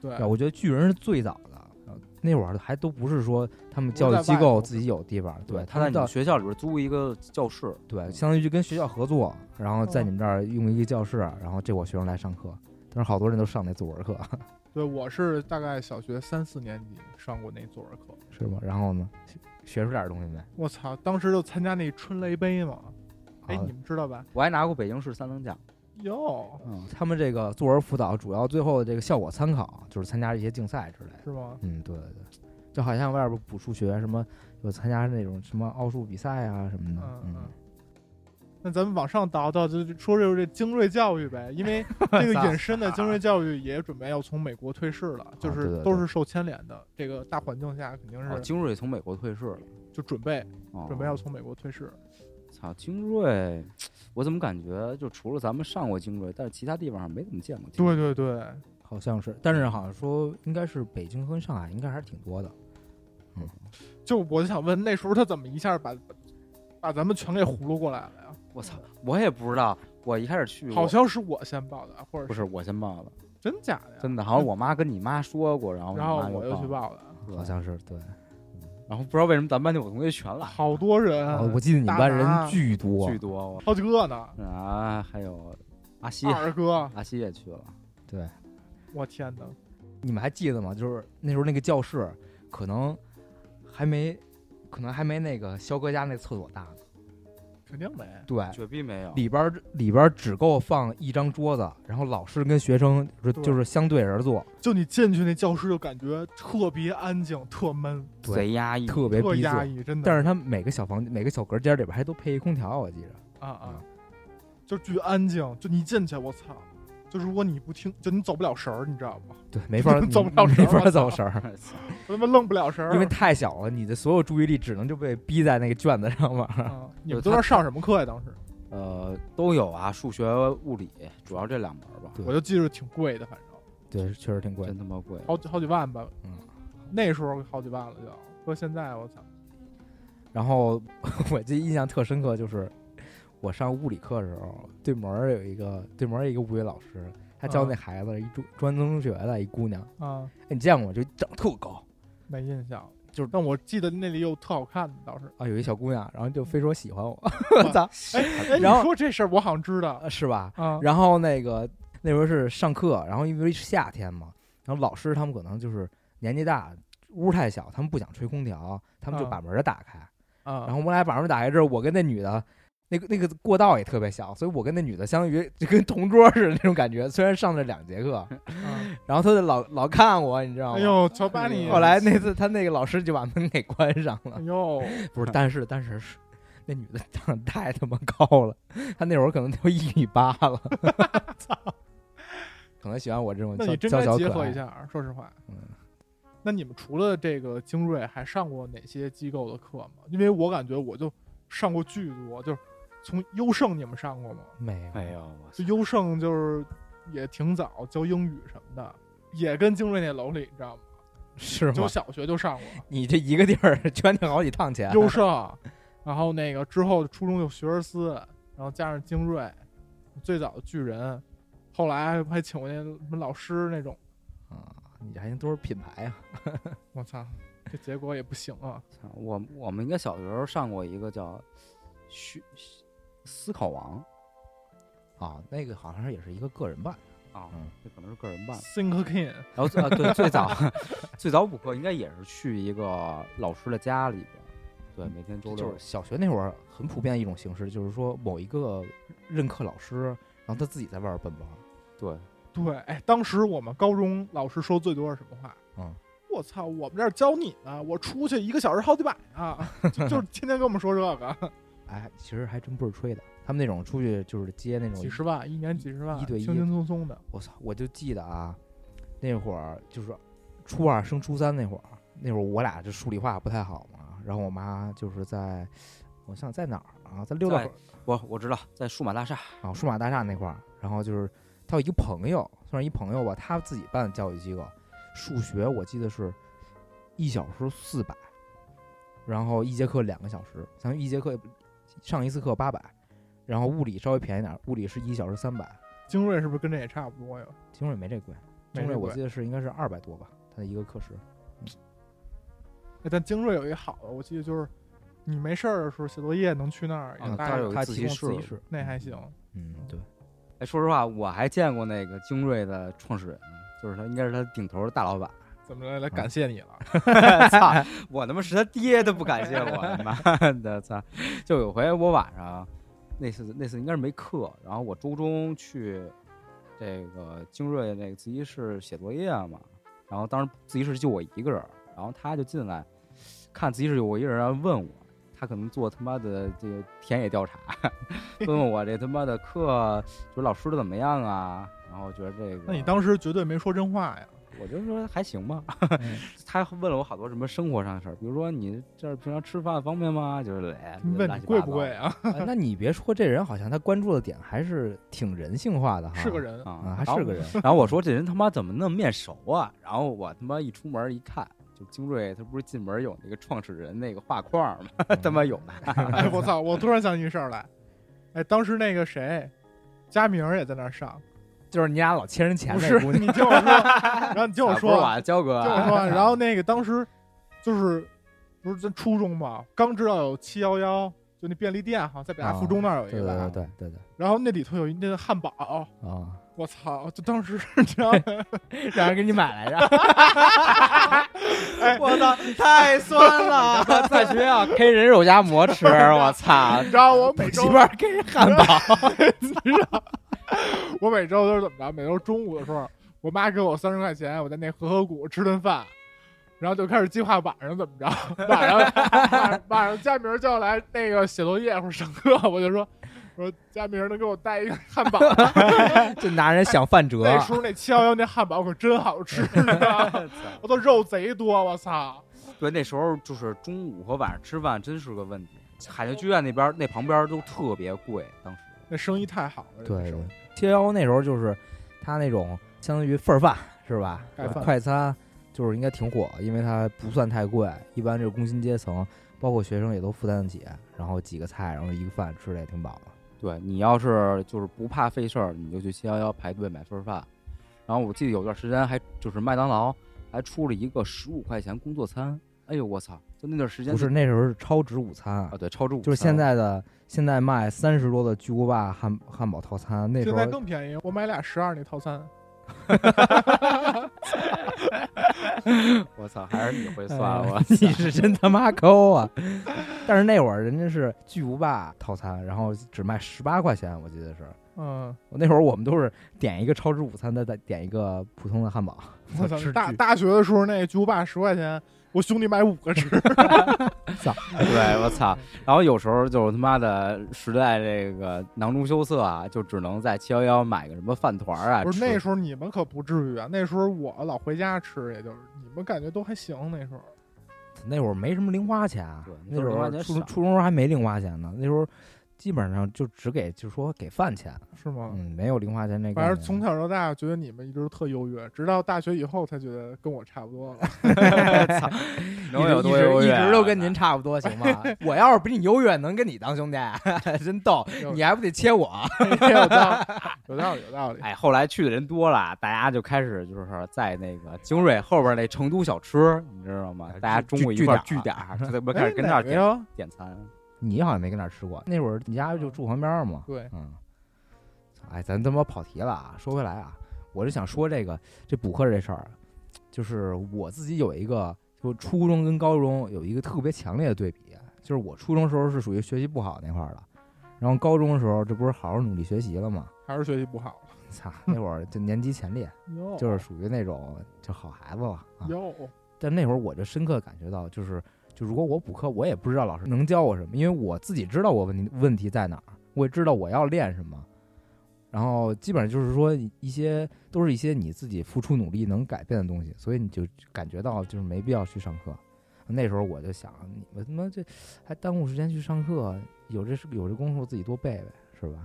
Speaker 2: 对，
Speaker 6: 我觉得巨人是最早的。呃那会儿还都不是说他们教育机构自己有地方，对
Speaker 7: 他
Speaker 6: 他
Speaker 7: 在
Speaker 6: 们
Speaker 7: 你们
Speaker 6: 到
Speaker 7: 学校里边租一个教室，
Speaker 6: 对，相当于就跟学校合作，然后在
Speaker 2: 嗯
Speaker 6: 你们这儿用一个教室，然后这我学生来上课，但是好多人都上那作文课，
Speaker 2: 对，我是大概小学三四年级上过那作文课。
Speaker 6: 是吗？然后呢，学学出点东西没？
Speaker 2: 我操，当时就参加那春雷杯嘛，哎，
Speaker 6: 啊
Speaker 2: 你们知道吧？
Speaker 7: 我还拿过北京市三等奖。
Speaker 2: 哟，
Speaker 7: 嗯，
Speaker 6: 他们这个作文辅导主要最后的这个效果参考就是参加一些竞赛之类的。
Speaker 2: 是吗？
Speaker 6: 嗯，对对对，就好像外边补数学什么有参加那种什么奥数比赛啊什么的，
Speaker 2: 嗯
Speaker 6: 嗯，
Speaker 2: 那咱们往上倒倒，就说这这精锐教育呗，因为这个引申的精锐教育也准备要从美国退市了，就
Speaker 6: 啊对对
Speaker 2: 是
Speaker 6: 对
Speaker 2: 都是受牵连的。这个大环境下肯定
Speaker 7: 哦，
Speaker 2: 是
Speaker 7: 精锐从美国退市了，
Speaker 2: 就准备
Speaker 7: 哦
Speaker 2: 准备要从美国退市。
Speaker 7: 操，精锐，我怎么感觉就除了咱们上过精锐，但是其他地方好像没怎么见过精锐。
Speaker 2: 对对对，
Speaker 6: 好像是，但是好像说应该是北京和上海应该还是挺多的。
Speaker 2: 就我就想问，那时候他怎么一下把把咱们全给葫芦过来了呀？
Speaker 7: 我操，我也不知道，我一开始去
Speaker 2: 好
Speaker 7: 我
Speaker 2: 像是我先报的，或者
Speaker 7: 不
Speaker 2: 是
Speaker 7: 是我先报的，
Speaker 2: 真假的呀？
Speaker 7: 真的，好像我妈跟你妈说过，
Speaker 6: 哦
Speaker 7: 然后
Speaker 2: 然后
Speaker 7: 你妈
Speaker 2: 我又去
Speaker 7: 报
Speaker 2: 报
Speaker 7: 了，
Speaker 2: 的，
Speaker 7: 对
Speaker 6: 好像是对，
Speaker 7: 然后不知道为什么咱们班就我同学全来，
Speaker 2: 好多
Speaker 6: 啊
Speaker 2: 人，
Speaker 6: 我记得你们班
Speaker 2: 嗯大拿
Speaker 6: 人巨多，
Speaker 7: 巨多
Speaker 2: 好几个呢。
Speaker 7: 我啊，还有阿西，
Speaker 2: 二哥，
Speaker 7: 阿西也去了，
Speaker 6: 对，
Speaker 2: 我天哪！
Speaker 6: 你们还记得吗？就是那时候那个教室，可能还没，可能还没那个肖哥家那厕所大呢。
Speaker 2: 肯定没，
Speaker 6: 对，
Speaker 7: 绝壁没有，
Speaker 6: 里边儿里边儿只够放一张桌子，然后老师跟学生就是
Speaker 2: 对
Speaker 6: 就是相对而坐，
Speaker 2: 就你进去那教室就感觉特别安静，特闷，
Speaker 6: 对
Speaker 7: 贼压抑，
Speaker 6: 特别
Speaker 2: 特
Speaker 6: 逼
Speaker 2: 压
Speaker 6: 仄。
Speaker 2: 抑，真的。
Speaker 6: 但是他每个小房每个小隔间里边还都配一空调，我记着。
Speaker 2: 啊啊，就巨安静，就你一进去，我操！就如果你不听，就你走不了神儿，你知道吗？
Speaker 6: 对，没法
Speaker 2: 走不了神儿
Speaker 6: 没法
Speaker 2: 我操
Speaker 6: 走神儿，
Speaker 2: 我他妈愣不了神儿。
Speaker 6: 因为太小了，你的所有注意力只能就被逼在那个卷子上面。
Speaker 2: 啊你们都是上什么课呀？当时
Speaker 7: 呃，都有啊，数学、物理，主要这两门吧，
Speaker 6: 对
Speaker 2: 我就记着挺贵的，反正
Speaker 6: 对，确实挺贵
Speaker 7: 真。他妈贵。
Speaker 2: 好几好几万吧。
Speaker 6: 嗯，
Speaker 2: 那时候好几万了就，搁现在我操，
Speaker 6: 然后 我记得印象特深刻，就是我上物理课的时候，对门儿有一个对门儿有一个物理老师，他
Speaker 2: 嗯
Speaker 6: 教那孩子一中专中学的一姑娘，
Speaker 2: 啊，
Speaker 6: 哎你见过吗？就长得特高
Speaker 2: 没印象。
Speaker 6: 就是
Speaker 2: 但我记得那里有特好看的，倒是。
Speaker 6: 啊，有一小姑娘，然后就
Speaker 2: 嗯
Speaker 6: 非说喜欢我，
Speaker 2: 我
Speaker 6: 我 操，
Speaker 2: 哎，你
Speaker 6: 然后
Speaker 2: 说这事儿我好像知道
Speaker 6: 呃是吧？
Speaker 2: 啊。
Speaker 6: 然后那个那时候是上课，然后因为是夏天嘛，然后老师他们可能就是年纪大，屋太小，他们不想吹空调，他们就
Speaker 2: 啊
Speaker 6: 把门儿打开。
Speaker 2: 啊，
Speaker 6: 然后我们俩把门打开之后，我跟那女的，那个那个过道也特别小，所以我跟那女的相当于就跟同桌似的那种感觉。虽然上了两节 课，
Speaker 2: 啊
Speaker 6: 然后她就老老看我，你知道
Speaker 2: 哎
Speaker 6: 吗？
Speaker 2: 呦，瞧把你。
Speaker 6: 后来那次她那个老师就把门给关上
Speaker 2: 哎
Speaker 6: 了。
Speaker 2: 呦，
Speaker 6: 不是，但是但是是那女的长得太他妈高了，她那会儿可能都一米八 了，操！ 可能喜欢我这种
Speaker 2: 那
Speaker 6: 娇
Speaker 2: 你真
Speaker 6: 娇
Speaker 2: 该
Speaker 6: 小
Speaker 2: 结
Speaker 6: 可
Speaker 2: 合
Speaker 6: 爱
Speaker 2: 一。下，说实话。
Speaker 6: 嗯。
Speaker 2: 那你们除了这个精锐，还上过哪些机构的课吗？因为我感觉我就上过巨多，就是从优胜你们上过吗？
Speaker 6: 没有
Speaker 7: 没有，哎我操
Speaker 2: 就优胜就是也挺早教英语什么的，也跟精锐那楼里，你知道吗？
Speaker 6: 是
Speaker 2: 就
Speaker 6: 吗？
Speaker 2: 小学就上过
Speaker 6: 你这一个地儿圈你好几趟钱，啊
Speaker 2: 优胜，然后那个之后初中就学而思，然后加上精锐，最早的巨人，后来还请过那什么老师那种，
Speaker 6: 啊！你还都是品牌啊？
Speaker 2: 我操，这结果也不行啊！
Speaker 7: 操我我们应该小时候上过一个叫学思考王
Speaker 6: 啊，那个好像是也是一个个人版，
Speaker 7: 啊
Speaker 6: 嗯，
Speaker 7: 这可能是个人办的。
Speaker 2: Think King
Speaker 7: 然后最啊，对，最 早最早补课应该也是去一个老师的家里边儿，对，每天周
Speaker 6: 就是
Speaker 7: 六
Speaker 6: 小学那会儿很普遍的一种形式，就是说某一个任课老师，然后他自己在外边奔波。
Speaker 7: 对，
Speaker 2: 对，哎，当时我们高中老师说最多是什么话？
Speaker 6: 嗯，
Speaker 2: 我操，我们这儿教你呢，我出去一个小时好几百啊，就就是天天跟我们说这个，
Speaker 6: 哎，其实还真不是吹的，他们那种出去就是接那种
Speaker 2: 几，十万，一年几十万，
Speaker 6: 哦一对一
Speaker 2: 轻轻松松的，
Speaker 6: 我操，我就记得啊，那会儿就是初二升初三那会儿，那会儿我俩这数理化不太好嘛，然后我妈就是在，我想在哪儿啊，在六道口
Speaker 7: 在我我知道，在数码大厦，
Speaker 6: 啊，数码大厦那块儿，然后就是他有一个朋友，算是一朋友吧，他自己办的教育机构，数学我记得是一小时四百，然后一节课两个小时，相当于一节课上一次课八百，然后物理稍微便宜点儿，物理是一小时三百，
Speaker 2: 精锐是不是跟这也差不多呀？
Speaker 6: 精锐没这贵，
Speaker 2: 没
Speaker 6: 精锐
Speaker 2: 这
Speaker 6: 我
Speaker 2: 贵
Speaker 6: 记得是应该是二百多吧，他的一个课时。
Speaker 2: 哎但精锐有一个好的，我记得就是你没事儿的时候写作业能去那儿，
Speaker 7: 啊
Speaker 2: 有大
Speaker 7: 它有
Speaker 2: 人
Speaker 7: 一
Speaker 6: 他
Speaker 7: 自
Speaker 6: 提
Speaker 7: 习
Speaker 6: 供
Speaker 7: 室
Speaker 6: 自习室，
Speaker 2: 那还行。
Speaker 6: 嗯，对，
Speaker 7: 哎，说实话，我还见过那个精锐的创始人，就是他，应该是他顶头的大老板。
Speaker 2: 怎么着来感谢你了？
Speaker 7: 操，
Speaker 6: 啊
Speaker 7: 我他妈是他爹都不感谢我，妈的操！就有回我晚上，那次那次应该是没课，然后我周中去这个精锐那个自习室写作业嘛，然后当时自习室就我一个人儿，然后他就进来，看自习室有我一人儿，然后问我，他可能做他妈的这个田野调查， 问问我这他妈的课就是老师的怎么样啊，然后觉得这个，
Speaker 2: 那你当时绝对没说真话呀！
Speaker 7: 我就说还行吧。
Speaker 2: 嗯
Speaker 7: 他问了我好多什么生活上的事儿，比如说你这儿平常吃饭方便吗？就是哎
Speaker 2: 问
Speaker 7: 乱
Speaker 2: 你
Speaker 7: 七
Speaker 2: 贵
Speaker 7: 八
Speaker 2: 不
Speaker 7: 糟
Speaker 2: 贵啊？
Speaker 6: 哎那你别说，这人好像他关注的点还是挺人性化的哈，
Speaker 2: 是个 人，
Speaker 6: 啊，
Speaker 7: 啊，
Speaker 6: 还
Speaker 7: 然后
Speaker 6: 是个人。
Speaker 7: 然后我说这人他妈怎么那么面熟啊？然后我他妈一出门一看，就精锐他不是进门有那个创始人那个画框吗？
Speaker 6: 嗯
Speaker 7: 他妈有的，
Speaker 2: 哎，我操！我突然想起一事儿来，哎，当时那个谁，佳明儿也在那儿上，
Speaker 6: 就是你俩老欠人钱
Speaker 2: 不
Speaker 6: 那
Speaker 2: 是？
Speaker 6: 姑娘，
Speaker 2: 你听我说，然后你听我说啊，
Speaker 7: 啊，焦哥
Speaker 2: 听我 说啊，然后那个当时就是不是在初中嘛，刚知道有七幺幺，就那便利店哈，在北大附中那儿有
Speaker 6: 对
Speaker 2: 一
Speaker 6: 啊对
Speaker 2: 个，
Speaker 6: 对对对
Speaker 2: 然后那里头有一那个汉堡，
Speaker 6: 对啊，
Speaker 2: 我操！就当时你知道吗？
Speaker 6: 让人给你买来着。
Speaker 2: 哎
Speaker 1: 我操，太酸 了！
Speaker 7: 在学校开人肉夹馍吃，我操
Speaker 2: 你！知道我每 周
Speaker 6: 媳妇儿跟人汉堡，
Speaker 2: 我每周都是怎么着？每周中午的时候，我妈给我三十块钱，我在那和合谷吃顿饭，然后就开始计划晚上怎么着。晚上晚晚上佳明叫来那个写作业或者上课，我就说我说佳明能给我带一个汉堡？
Speaker 6: 就拿人想饭辙。
Speaker 2: 那时候那七幺幺那汉堡可真好 吃，你知道吗？我都肉贼多，我操！
Speaker 7: 对，那时候就是中午和晚上吃饭真是个问题。海淀剧院那边那旁边都特别贵，当时
Speaker 2: 那生意太好了，
Speaker 6: 对
Speaker 2: 那时候
Speaker 6: 七幺幺那时候就是他那种相当于份儿饭是吧？
Speaker 2: 盖饭
Speaker 6: 快餐就是应该挺火，因为它不算太贵，一般就是工薪阶层，包括学生也都负担得起。然后几个菜，然后一个饭吃的也挺饱的。
Speaker 7: 对你要是就是不怕费事儿，你就去七幺幺排队买份儿饭。然后我记得有段时间还就是麦当劳还出了一个十五块钱工作餐，哎呦我操！就那段时间
Speaker 6: 不是那时候是超值午餐啊
Speaker 7: 啊，对，超值午餐
Speaker 6: 就是现在的现在卖三十多的巨无霸汉汉堡套餐，那时
Speaker 2: 现
Speaker 6: 候
Speaker 2: 在更便宜，我买俩十二那套餐。
Speaker 7: 我操，还是你会
Speaker 6: 哎
Speaker 7: 算 我
Speaker 6: 呀你是真他妈抠啊！但是那会儿人家是巨无霸套餐，然后只卖十八块钱，我记得是。
Speaker 2: 嗯，
Speaker 6: 我那会儿我们都是点一个超值午餐，再再点一个普通的汉堡。
Speaker 2: 我操！
Speaker 6: 吃
Speaker 2: 大
Speaker 6: 巨
Speaker 2: 大学的时候那巨无霸十块钱，我兄弟买五 个吃。
Speaker 7: 对，我操！然后有时候就是他妈的时代这个囊中羞涩啊，就只能在七幺幺买个什么饭团儿啊。
Speaker 2: 嗯不是
Speaker 7: 吃
Speaker 2: 那时候你们可不至于啊，那时候我老回家吃，也就是你们感觉都还行。那时候
Speaker 6: 那会儿没什么零花钱，啊
Speaker 7: 对
Speaker 6: 那
Speaker 7: 那时
Speaker 6: 时
Speaker 7: 候零花
Speaker 6: 候
Speaker 7: 钱
Speaker 6: 初
Speaker 7: 少
Speaker 6: 初中时候还没零花钱呢，那时候基本上就只给就是说给饭钱，
Speaker 2: 是吗？
Speaker 6: 嗯，没有零花钱那个。
Speaker 2: 反正从小到大，觉得你们一直都特优越，直到大学以后才觉得跟我差不多了。
Speaker 7: 能有
Speaker 6: 一
Speaker 7: 多
Speaker 6: 直
Speaker 7: 优
Speaker 6: 一
Speaker 7: 越
Speaker 6: 直都跟
Speaker 7: 啊
Speaker 6: 您差不多， 行吗？我要是比你优越，能跟你当兄弟，啊真逗
Speaker 2: 有！
Speaker 6: 你还不得切我？啊
Speaker 2: 有道理，有道理，有道理。
Speaker 7: 哎，后来去的人多了，大家就开始就是在那个精锐后边那成都小吃，你知道吗？大家中午一块儿哎聚点儿，就他妈开始跟那儿
Speaker 2: 哎哪个
Speaker 7: 点
Speaker 2: 呀？
Speaker 7: 点餐。
Speaker 6: 你好像没跟那儿吃过，那会儿你家就住旁边儿嘛。
Speaker 2: 对，
Speaker 6: 嗯，哎，咱他妈跑题了啊！说回来啊，我是想说这个这补课这事儿，就是我自己有一个，就初中跟高中有一个特别强烈的对比，就是我初中时候是属于学习不好那块儿的，然后高中的时候这不是好好努力学习了吗？
Speaker 2: 还是学习不好。
Speaker 6: 操，那会儿就年级前列，
Speaker 2: 哟，
Speaker 6: 就是属于那种就好孩子了啊。
Speaker 2: 哟，
Speaker 6: 但那会儿我就深刻感觉到，就是就如果我补课，我也不知道老师能教我什么，因为我自己知道我问题问题在哪儿，我也知道我要练什么。然后基本上就是说一些都是一些你自己付出努力能改变的东西，所以你就感觉到就是没必要去上课。那时候我就想，你们他妈这还耽误时间去上课，有这有这功夫自己多背背，是吧？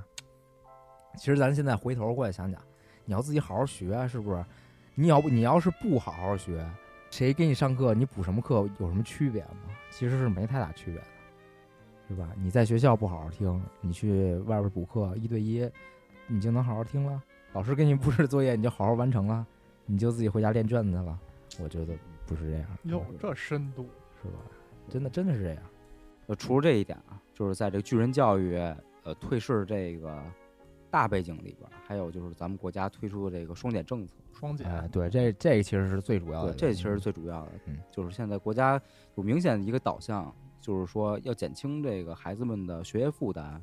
Speaker 6: 其实咱现在回头过来想想，你要自己好好学，啊是不是？你要不你要是不好好学，谁给你上课，你补什么课有什么区别吗？其实是没太大区别的，是吧？你在学校不好好听，你去外边补课一对一，你就能好好听了。老师给你布置作业，你就好好完成了，你就自己回家练卷子了。我觉得不是这样，
Speaker 2: 哟，这深度。
Speaker 6: 是吧？真的真的是这样。
Speaker 7: 呃，除了这一点啊，就是在这个巨人教育呃退市这个大背景里边儿，还有就是咱们国家推出的这个双减政策，
Speaker 2: 双减，
Speaker 6: 哎，对，这这个其实是最主要的原
Speaker 7: 对，
Speaker 6: 因，
Speaker 7: 这其实是最主要的，
Speaker 6: 啊嗯
Speaker 7: 就是现在国家有明显的一个导向，就是说要减轻这个孩子们的学业负担。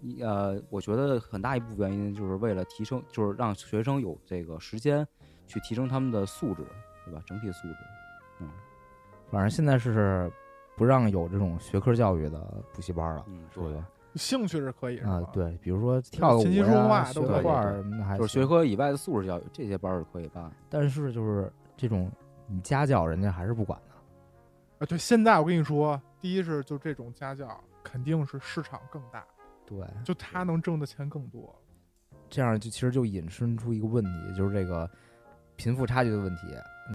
Speaker 7: 一呃，我觉得很大一部分原因就是为了提升，就是让学生有这个时间去提升他们的素质，对吧？整体素质。
Speaker 6: 反正现在是不让有这种学科教育的补习班了，
Speaker 7: 嗯，
Speaker 6: 是吧？
Speaker 2: 兴趣是可以是
Speaker 6: 啊
Speaker 2: 吧，，
Speaker 6: 对，比如说跳个舞
Speaker 2: 琴棋
Speaker 6: 呀、
Speaker 2: 书画
Speaker 6: 学
Speaker 2: 都
Speaker 6: 个
Speaker 2: 可以
Speaker 6: 画儿什么的，还
Speaker 7: 就是
Speaker 6: 行
Speaker 7: 学科以外的素质教育，这些班儿是可以办的。
Speaker 6: 但是就是这种你家教，人家还是不管的。
Speaker 2: 啊，对，现在我跟你说，第一是就这种家教肯定是市场更大，
Speaker 6: 对，
Speaker 2: 就他能挣的钱更多。
Speaker 6: 这样就其实就引申出一个问题，就是这个贫富差距的问题，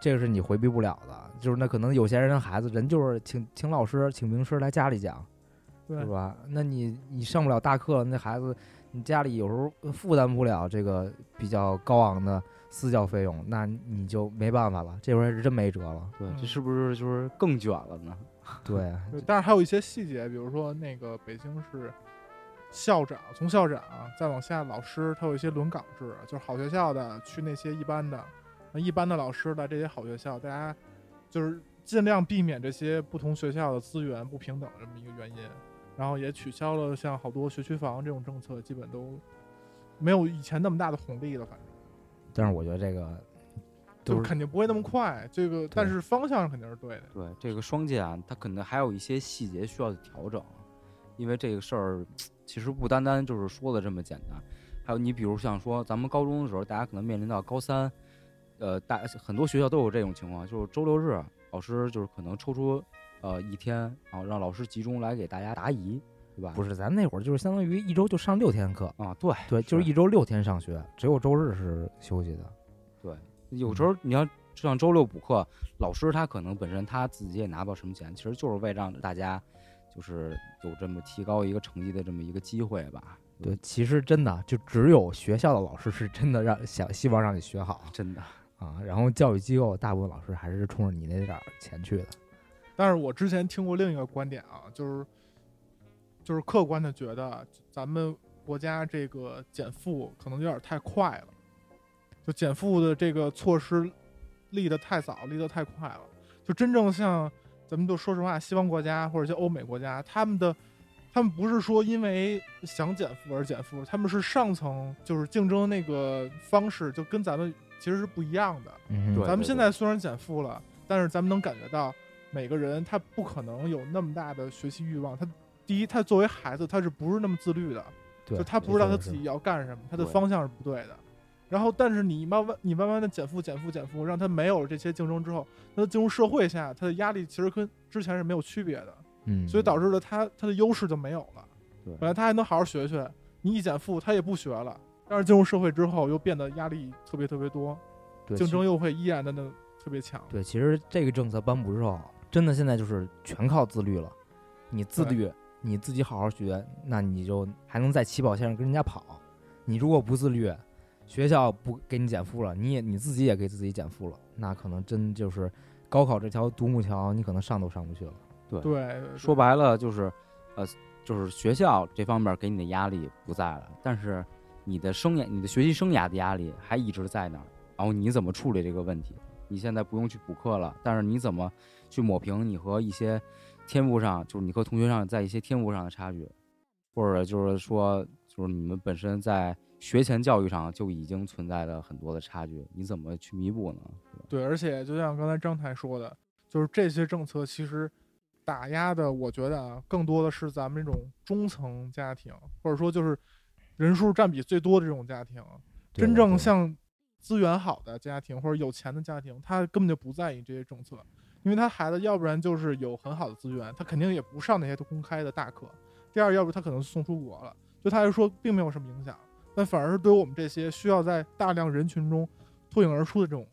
Speaker 6: 这个是你回避不了的。就是那可能有些人的孩子，人就是请请老师、请名师来家里讲，
Speaker 2: 对
Speaker 6: 是吧？那你你上不了大课，那孩子你家里有时候负担不了这个比较高昂的私教费用，那你就没办法了，这回是真没辙了。
Speaker 7: 对，
Speaker 2: 嗯
Speaker 7: 这是不是就是更卷了呢？
Speaker 6: 对，
Speaker 2: 对，但是还有一些细节，比如说那个北京市校长，从校长再往下，老师他有一些轮岗制，就是好学校的去那些一般的，那一般的老师来这些好学校，大家就是尽量避免这些不同学校的资源不平等这么一个原因，然后也取消了像好多学区房这种政策，基本都没有以前那么大的红利了，反正。
Speaker 6: 但是我觉得这个
Speaker 2: 就
Speaker 6: 都是
Speaker 2: 肯定不会那么快，这个但是方向肯定是对的。
Speaker 7: 对，这个双减它可能还有一些细节需要调整，因为这个事儿其实不单单就是说的这么简单。还有你比如像说咱们高中的时候，大家可能面临到高三，呃，大很多学校都有这种情况，就是周六日老师就是可能抽出呃一天，然后让老师集中来给大家答疑，对吧？
Speaker 6: 不是咱那会儿就是相当于一周就上六天课，
Speaker 7: 啊，对
Speaker 6: 对，就是一周六天上学，只有周日是休息的。
Speaker 7: 有时候你要上周六补课，老师他可能本身他自己也拿不到什么钱，其实就是为让大家就是有这么提高一个成绩的这么一个机会吧。
Speaker 6: 对，其实真的啊就只有学校的老师是真的让想希望让你学好
Speaker 7: 真的，
Speaker 6: 啊，然后教育机构大部分老师还是冲着你那点儿钱去的。
Speaker 2: 但是我之前听过另一个观点啊，就是就是客观的觉得咱们国家这个减负可能有点太快了，就减负的这个措施立得太早，立得太快了。就真正像咱们就说实话，西方国家或者一些欧美国家，他们的他们不是说因为想减负而减负，他们是上层就是竞争那个方式就跟咱们其实是不一样的。
Speaker 6: 嗯
Speaker 7: 对
Speaker 2: 咱们现在虽然减负了，但是咱们能感觉到每个人他不可能有那么大的学习欲望。他第一，他作为孩子他是不是那么自律的？
Speaker 6: 对，
Speaker 2: 就他不知道他自己要干什么，他的
Speaker 7: 对
Speaker 2: 方向是不对的。然后，但是你慢慢你慢慢的减负减负减负，让他没有了这些竞争之后，那他进入社会下，他的压力其实跟之前是没有区别的，
Speaker 6: 嗯，
Speaker 2: 所以导致了他他的优势就没有了。
Speaker 7: 对
Speaker 2: 本来他还能好好学学，你一减负他也不学了，但是进入社会之后又变得压力特别特别多，
Speaker 6: 对
Speaker 2: 竞
Speaker 6: 其
Speaker 2: 争又会依然的那特别强。
Speaker 6: 对，其实这个政策颁布之后，真的现在就是全靠自律了。你自
Speaker 2: 对
Speaker 6: 律，你自己好好学，那你就还能在起跑线上跟人家跑。你如果不自律，学校不给你减负了，你也你自己也给自己减负了，那可能真就是高考这条独木桥，你可能上都上不去了。
Speaker 2: 对，
Speaker 7: 说白了就是，呃，就是学校这方面给你的压力不在了，但是你的生涯、你的学习生涯的压力还一直在那儿。然后你怎么处理这个问题？你现在不用去补课了，但是你怎么去抹平你和一些天赋上，就是你和同学上在一些天赋上的差距，或者就是说，就是你们本身在学前教育上就已经存在了很多的差距，你怎么去弥补呢？对吧
Speaker 2: 对，而且就像刚才张台说的，就是这些政策其实打压的，我觉得啊，更多的是咱们这种中层家庭，或者说就是人数占比最多的这种家庭。
Speaker 6: 对
Speaker 2: 真正
Speaker 6: 对
Speaker 2: 像资源好的家庭或者有钱的家庭，他根本就不在意这些政策，因为他孩子要不然就是有很好的资源，他肯定也不上那些公开的大课；第二，要不他可能送出国了，对他来说并没有什么影响，但反而是对于我们这些需要在大量人群中脱颖而出的这种，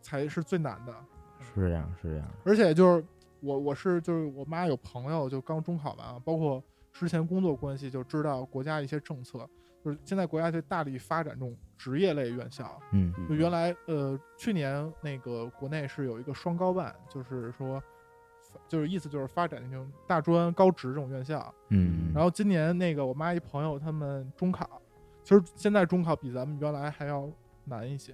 Speaker 2: 才是最难的。
Speaker 6: 是这样，是这样。
Speaker 2: 而且就是我我是就是我妈有朋友就刚中考完啊，包括之前工作关系就知道国家一些政策，就是现在国家在大力发展这种职业类院校。
Speaker 6: 嗯，
Speaker 2: 就原来呃去年那个国内是有一个双高办，就是说就是意思就是发展那种大专高职这种院校。
Speaker 6: 嗯，
Speaker 2: 然后今年那个我妈一朋友他们中考，其实现在中考比咱们原来还要难一些。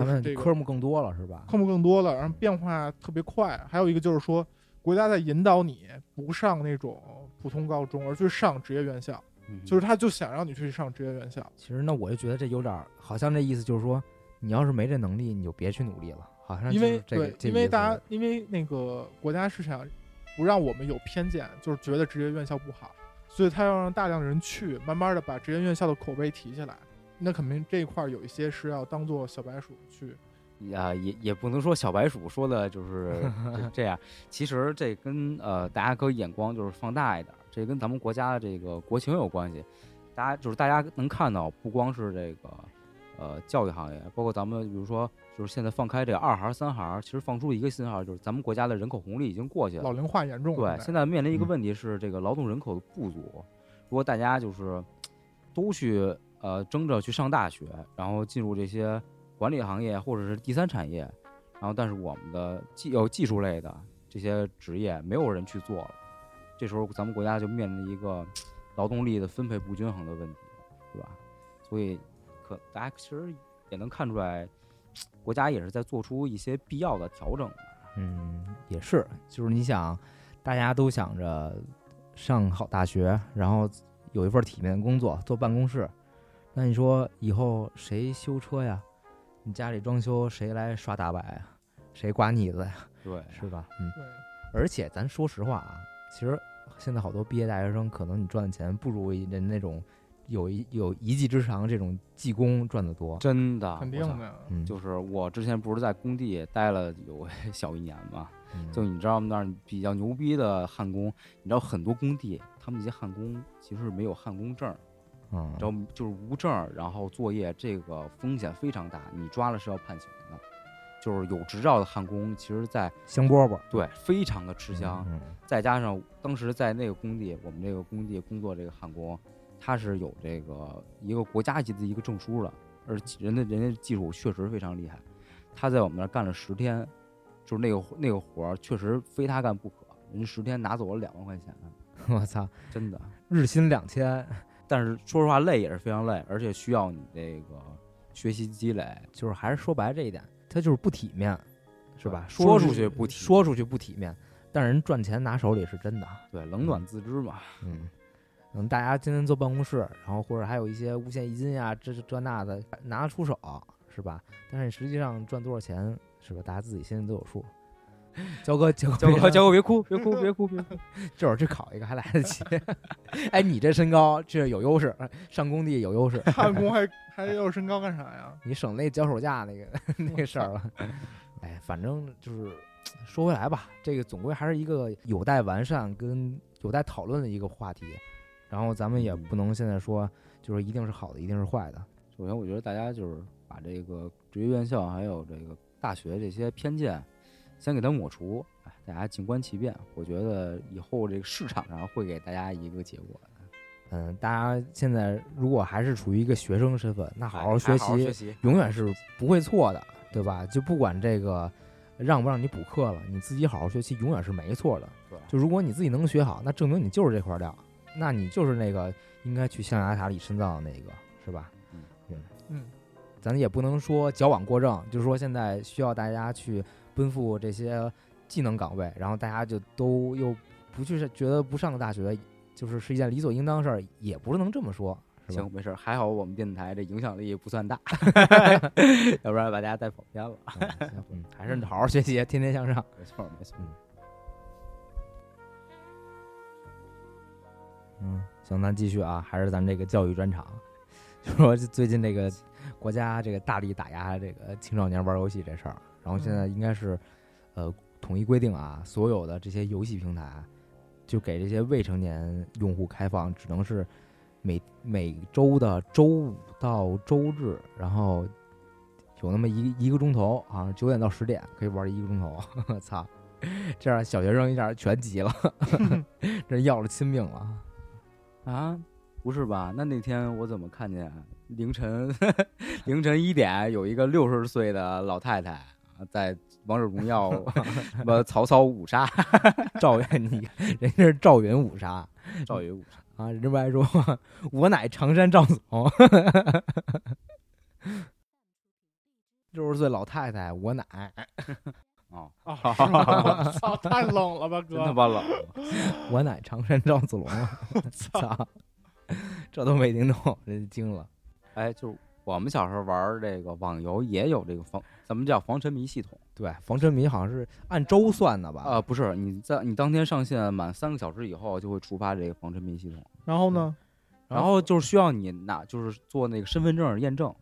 Speaker 6: 嗯他
Speaker 2: 是
Speaker 6: 们
Speaker 2: 这个
Speaker 6: 科目更多了，是吧？
Speaker 2: 科目更多了，然后变化特别快。还有一个就是说，国家在引导你不上那种普通高中，而去上职业院校，
Speaker 7: 嗯
Speaker 2: 就是他就想让你去上职业院校。
Speaker 6: 其实呢，我就觉得这有点儿，好像这意思就是说，你要是没这能力，你就别去努力了，好像
Speaker 2: 因
Speaker 6: 就是
Speaker 2: 为
Speaker 6: 这个
Speaker 2: 对，
Speaker 6: 这意
Speaker 2: 因为
Speaker 6: 思
Speaker 2: 大家因为那个国家是想不让我们有偏见，就是觉得职业院校不好，所以他要让大量的人去，慢慢的把职业院校的口碑提起来。那肯定这一块儿有一些是要当做小白鼠去，
Speaker 7: 啊，也也不能说小白鼠说的就是这这样。其实这跟呃，大家可以眼光就是放大一点儿，这跟咱们国家的这个国情有关系。大家就是大家能看到，不光是这个呃教育行业，包括咱们比如说就是现在放开这个二孩儿、三孩儿，其实放出一个信号，就是咱们国家的人口红利已经过去了
Speaker 2: 老。龄化严重。
Speaker 7: 对，现在面临一个
Speaker 6: 嗯
Speaker 7: 问题是这个劳动人口的不足。如果大家就是都去呃争着去上大学，然后进入这些管理行业或者是第三产业，然后但是我们的技有技术类的这些职业没有人去做了，这时候咱们国家就面临一个劳动力的分配不均衡的问题，对吧？所以可大家其实也能看出来，国家也是在做出一些必要的调整。
Speaker 6: 嗯，也是，就是你想，大家都想着上好大学，然后有一份体面的工作，坐办公室。那你说以后谁修车呀？你家里装修谁来刷大摆呀？谁刮腻子呀？
Speaker 7: 对，
Speaker 6: 是吧？嗯，
Speaker 2: 对，
Speaker 6: 而且咱说实话啊，其实现在好多毕业大学生，可能你赚的钱不如人那种有一有一技之长这种技工赚的多。
Speaker 7: 真的，
Speaker 2: 肯定
Speaker 7: 我操
Speaker 2: 的。
Speaker 6: 嗯，
Speaker 7: 就是我之前不是在工地待了有 小一年嘛，
Speaker 6: 嗯
Speaker 7: 就你知道我们那儿比较牛逼的焊工，你知道很多工地，他们那些焊工其实是没有焊工证儿，
Speaker 6: 嗯
Speaker 7: 然后就是无证儿，然后作业这个风险非常大，你抓了是要判刑的。就是有执照的焊工，其实在
Speaker 6: 香饽饽
Speaker 7: 对非常的吃香，
Speaker 6: 嗯
Speaker 7: 再加上当时在那个工地，我们这个工地工作这个焊工，他是有这个一个国家级的一个证书的，而且人家人家技术确实非常厉害。他在我们那儿干了十天，就是那个活那个活儿确实非他干不可，人家十天拿走了两万块钱，
Speaker 6: 嗯 我操，
Speaker 7: 真的。
Speaker 6: 日薪两千，
Speaker 7: 但是说实话，累也是非常累，而且需要你这个学习积累。
Speaker 6: 就是还是说白这一点，他就是不体面，是吧？
Speaker 7: 说出去不体面
Speaker 6: 说出去不体面，但人赚钱拿手里是真的。
Speaker 7: 对，冷暖自知嘛。
Speaker 6: 嗯，嗯，大家今天坐办公室，然后或者还有一些无限一金呀、这这那的拿得出手，是吧？但是实际上赚多少钱，是吧？大家自己心里都有数。 焦哥，焦哥，
Speaker 7: 焦哥，焦
Speaker 6: 哥，
Speaker 7: 哦哥，别哭，别哭，别哭，别哭！
Speaker 6: 这会儿去考一个还来得及。 哎，你这身高这有优势，上工地有优势。
Speaker 2: 焊工还还要身高干啥呀？
Speaker 6: 你省那脚手架那 个那个事儿了。哎，反正就是说回来吧，这个总归还是一个有待完善跟有待讨论的一个话题。然后咱们也
Speaker 7: 嗯
Speaker 6: 不能现在说，就是一定是好的，一定是坏的。
Speaker 7: 首先，我觉得大家就是把这个职业院校还有这个大学这些偏见，先给它抹除，哎，大家静观其变。我觉得以后这个市场上会给大家一个结果的。
Speaker 6: 嗯，大家现在如果还是处于一个学生身份，那好好学
Speaker 7: 哎还
Speaker 6: 习，
Speaker 7: 好好学习，
Speaker 6: 永远是不会错的，对吧？就不管这个让不让你补课了，你自己好好学习，永远是没错的。
Speaker 7: 对
Speaker 6: 就如果你自己能学好，那证明你就是这块料，那你就是那个应该去象牙塔里深造的那个，是吧？
Speaker 7: 嗯
Speaker 2: 嗯，
Speaker 6: 咱也不能说矫枉过正，就是说现在需要大家去奔赴这些技能岗位，然后大家就都又不去上觉得不上个大学就是是一件理所应当事儿，也不是能这么 说，是吧
Speaker 7: 行，？没事儿，还好我们电台这影响力不 算大，要不然把大家带跑偏了。
Speaker 6: 嗯行 嗯，还是好好学习，天天向上。
Speaker 7: 没错儿，没错儿。
Speaker 6: 嗯，行，咱继续啊，还是咱们这个教育专场，就说最近这个国家这个大力打压这个青少年玩游戏这事儿，然后现在应该是呃统一规定啊，所有的这些游戏平台就给这些未成年用户开放，只能是每每周的周五到周日，然后有那么一一个钟头，好像九点到十点可以玩一个钟头， 我操！这样小学生一下全急了， 这要了亲命了。
Speaker 7: 啊，不是吧？那那天我怎么看见凌晨凌晨一点有一个六十岁的老太太啊在《王者荣 耀》把曹操五杀，
Speaker 6: 赵云，你人家是赵云五杀
Speaker 7: 赵云五杀，
Speaker 6: 啊，人不还说我乃常山赵子龙，六十岁老太太，我奶
Speaker 2: 啊，是吗我操，太冷了吧，
Speaker 7: 真他
Speaker 2: 哥！
Speaker 7: 妈冷！
Speaker 6: 我乃常山赵 子龙，操，这都没听懂，真惊了。
Speaker 7: 哎，就是我们小时候玩这个网游也有这个防，咱们叫防沉迷系统。
Speaker 6: 对，防沉迷好像是按周算的吧？。
Speaker 7: 啊，不是，你在你当天上线满三个小时以后就会触发这个防沉迷系统，
Speaker 2: 然后呢，
Speaker 7: 然后就是需要你拿，就是做那个身份证验证，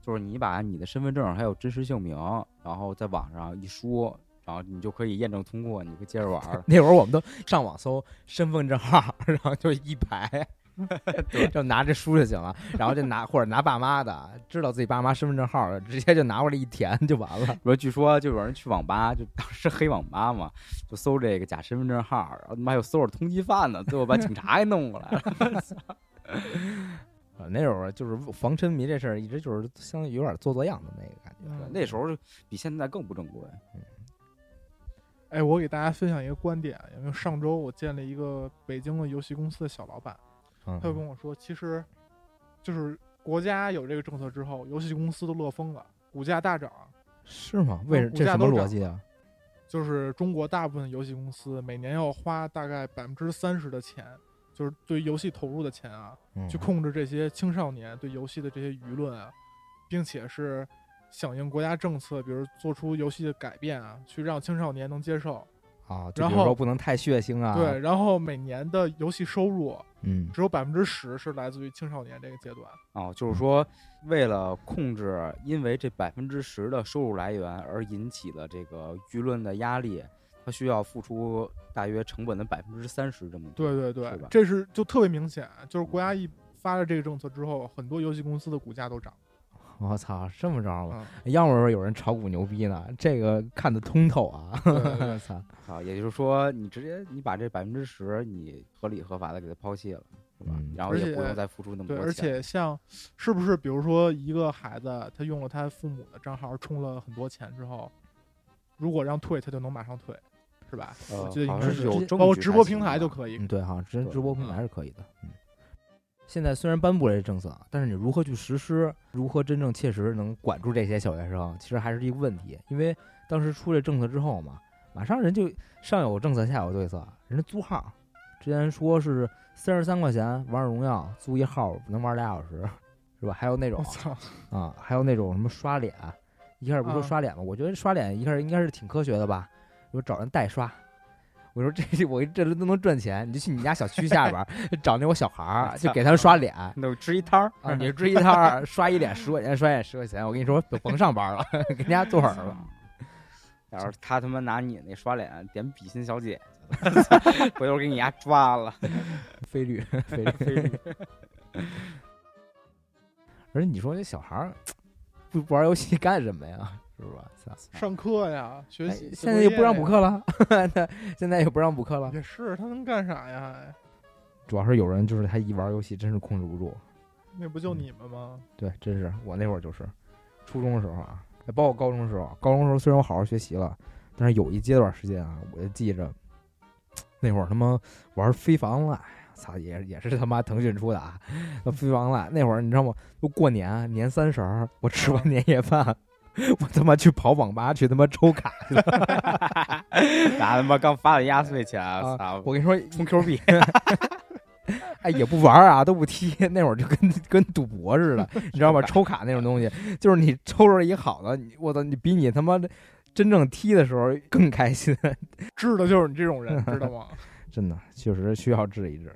Speaker 7: 就是你把你的身份证还有真实姓名，然后在网上一输，然后你就可以验证通过，你可以接着玩 儿
Speaker 6: 那会儿我们都上网搜身份证号，然后就一排， 就拿着书就行了，然后就拿或者拿爸妈的，知道自己爸妈身份证号，直接就拿过来一填就完了。
Speaker 7: 说据说就有人去网吧，就当时黑网吧嘛，就搜这个假身份证号，然后他妈又搜着通缉犯呢，最后把警察给弄过来了。
Speaker 6: 呃那会儿就是防沉迷这事儿，一直就是相当于有点做做样子那个感觉。
Speaker 2: 嗯
Speaker 7: 那时候就比现在更不正规。
Speaker 2: 哎，我给大家分享一个观点，啊因为上周我见了一个北京的游戏公司的小老板，
Speaker 6: 嗯
Speaker 2: 他就跟我说，其实就是国家有这个政策之后，游戏公司都乐疯了，股价大涨。
Speaker 6: 是吗？为
Speaker 2: 股
Speaker 6: 这
Speaker 2: 嗯价
Speaker 6: 什么
Speaker 2: 都
Speaker 6: 逻
Speaker 2: 涨
Speaker 6: 辑啊？
Speaker 2: 就是中国大部分游戏公司每年要花大概百分之三十的钱，就是对游戏投入的钱啊，
Speaker 6: 嗯
Speaker 2: 去控制这些青少年对游戏的这些舆论啊，并且是响应国家政策，比如做出游戏的改变啊，去让青少年能接受。
Speaker 6: 啊，就
Speaker 2: 然
Speaker 6: 比如说
Speaker 2: 后
Speaker 6: 不能太血腥啊。
Speaker 2: 对，，然后每年的游戏收入
Speaker 6: 嗯，
Speaker 2: 只有百分之十是来自于青少年这个阶段。
Speaker 7: 哦，就是说，为了控制因为这百分之十的收入来源而引起的这个舆论的压力，它需要付出大约成本的百分之三十这么多。
Speaker 2: 对对对
Speaker 7: 是吧，
Speaker 2: 这是就特别明显，就是国家一发了这个政策之后，很多游戏公司的股价都涨。
Speaker 6: 我操，这么着吗？
Speaker 2: 嗯，
Speaker 6: 要么说有人炒股牛逼呢，这个看得通透啊！
Speaker 2: 嗯对对对
Speaker 6: 我操，
Speaker 7: 啊，也就是说，你直接你把这百分之十，你合理合法的给它抛弃了，是吧？
Speaker 6: 嗯
Speaker 7: 然后
Speaker 2: 而
Speaker 7: 也
Speaker 2: 且
Speaker 7: 不用再付出那么
Speaker 2: 对，
Speaker 7: 多
Speaker 2: 而
Speaker 7: 钱。
Speaker 2: 且像是不是比如说一个孩子他用了他父母的账号充了很多钱之后，如果让退他就能马上退，是吧？
Speaker 7: 呃
Speaker 2: 我记得
Speaker 7: 好
Speaker 2: 应
Speaker 7: 像
Speaker 2: 该
Speaker 7: 是
Speaker 2: 是
Speaker 7: 有证
Speaker 2: 包括
Speaker 7: 据
Speaker 2: 直
Speaker 7: 才
Speaker 2: 播
Speaker 7: 行
Speaker 2: 平台
Speaker 7: 吧
Speaker 2: 就可以。
Speaker 6: 嗯，对哈，直
Speaker 7: 对
Speaker 6: 直播平台是可以的。嗯，现在虽然颁布了这政策啊，但是你如何去实施，如何真正切实能管住这些小学生，其实还是一个问题。因为当时出这政策之后嘛，马上人就上有政策，下有对策，啊人家租号，之前说是三十三块钱玩荣耀租一号能玩俩小时，是吧？还有那
Speaker 2: 我
Speaker 6: 种
Speaker 2: 操，
Speaker 6: 啊，还有那种什么刷脸，一开始不说
Speaker 2: 啊
Speaker 6: 刷脸吗？我觉得刷脸一开始应该是挺科学的吧，我找人代刷。我说这 我这都能赚钱，你就去你家小区下边儿找那我小孩儿，就给他们刷脸啊，
Speaker 7: 那我支一摊儿，
Speaker 6: 你追他儿刷一脸十块钱，刷一脸十块钱，我跟你说就甭上班了， 给人家坐会儿吧。
Speaker 7: 然后他他妈拿你那刷脸点比心小姐 去了，回头给你丫抓了。
Speaker 6: 菲律菲 律， 而且你说这小孩儿不不玩游戏干什么呀？是吧？操
Speaker 2: 上课呀，学
Speaker 6: 哎
Speaker 2: 习、写
Speaker 6: 现在
Speaker 2: 作
Speaker 6: 又不
Speaker 2: 业
Speaker 6: 让
Speaker 2: 呀
Speaker 6: 补，课了， 那现在又不让补课了。
Speaker 2: 也是他能干啥呀？
Speaker 6: 主要是有人就是他一玩游戏真是控制不住，
Speaker 2: 那不
Speaker 7: 嗯
Speaker 2: 就你们吗？
Speaker 6: 对，真是我那会儿就是初中的时候啊，哎包括高中的时候，高中的时候虽然我好好学习了，但是有一阶段时间啊，我就记着那会儿他妈玩非法 online，操，哎也也是他妈腾讯出的啊，非法 online 那会儿你知道吗？都过年啊年三十儿，我吃完年夜饭。 我他妈去跑网吧去他妈抽卡去了！
Speaker 7: 拿他妈刚发的压岁钱，
Speaker 6: 啊
Speaker 7: 操！
Speaker 6: 我跟你说，
Speaker 7: 充 Q 币，
Speaker 6: 哎，也不玩儿啊，都不踢。 那会儿就跟跟赌博似的，你知道吧？抽卡那种东西，就是你抽着一好的，你我操，你比你他妈的真正踢的时候更开心。
Speaker 2: 治的就是你这种人，知道吗？
Speaker 6: 真的确实需要治一治。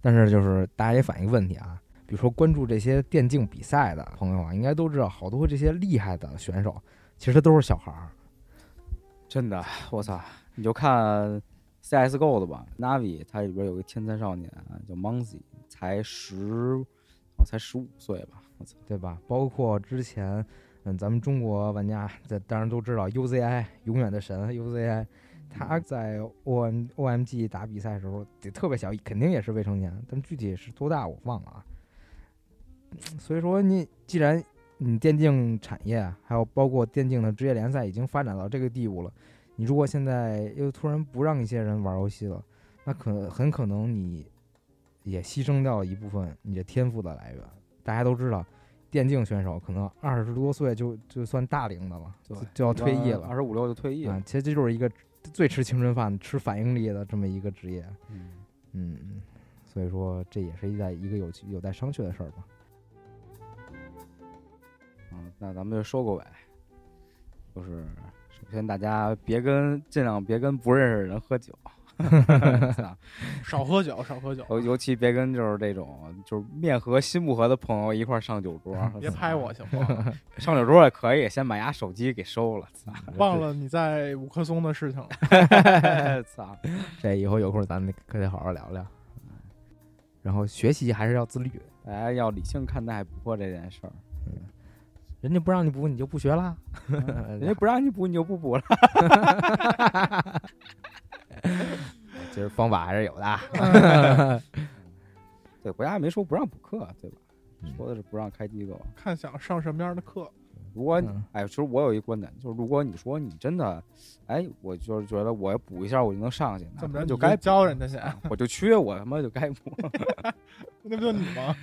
Speaker 6: 但是就是大家也反映一个问题啊，比如说关注这些电竞比赛的朋友啊，应该都知道，好多这些厉害的选手其实他都是小孩儿。
Speaker 7: 真的，我操！你就看 CSGO 的吧，Navi 它里边有个天才少年啊叫 Monzy，才十，哦，才十五岁吧，我操！
Speaker 6: 对吧？包括之前，嗯，咱们中国玩家在当然都知道 UZI 永远的神 UZI，他在 OM OMG 打比赛的时候得特别小，肯定也是未成年，但具体是多大我忘了啊。所以说你既然你电竞产业还有包括电竞的职业联赛已经发展到这个地步了，你如果现在又突然不让一些人玩游戏了，那可很可能你也牺牲掉了一部分你的天赋的来源。大家都知道，电竞选手可能二十多岁就就算大龄的了，就
Speaker 7: 对
Speaker 6: 就要退役
Speaker 7: 二
Speaker 6: 了
Speaker 7: 十五六就退役了
Speaker 6: 啊。。其实这就是一个最吃青春饭、吃反应力的这么一个职业。
Speaker 7: 嗯
Speaker 6: 嗯，所以说这也是一在一个有有待商榷的事儿吧。
Speaker 7: 嗯那咱们就收个尾，就是首先大家别跟尽量别跟不认识的人 喝酒，
Speaker 2: 少喝酒，少喝酒，
Speaker 7: 尤尤其别跟就是这种就是面和心不和的朋友一块儿上酒桌，
Speaker 2: 别拍我行 吗？
Speaker 7: 上酒桌也可以，先把牙手机给收了， 操
Speaker 2: 忘了你在五棵松的事情了。
Speaker 7: 哎操，
Speaker 6: 这以后有空咱们可得好好聊聊。然后学习还是要自律，
Speaker 7: 大家哎要理性看待补货这件事儿，
Speaker 6: 人家不让你补，你就不学啦。人
Speaker 7: 嗯人家不让你补你就不补了，
Speaker 6: 其实方法还是有的啊。
Speaker 7: 对，国家也没说不让补课，对吧？
Speaker 6: 嗯
Speaker 7: 说的是不让开机构。
Speaker 2: 看想上什么样的课，
Speaker 7: 如果你
Speaker 6: 嗯
Speaker 7: 哎，其实我有一观点，就是如果你说你真的，哎，我就是觉得我要补一下我就能上去，那
Speaker 2: 怎么着
Speaker 7: 他妈
Speaker 2: 你
Speaker 7: 就该补
Speaker 2: 教人家去？
Speaker 7: 我就缺，我他妈就该补。
Speaker 2: 那不就你 吗？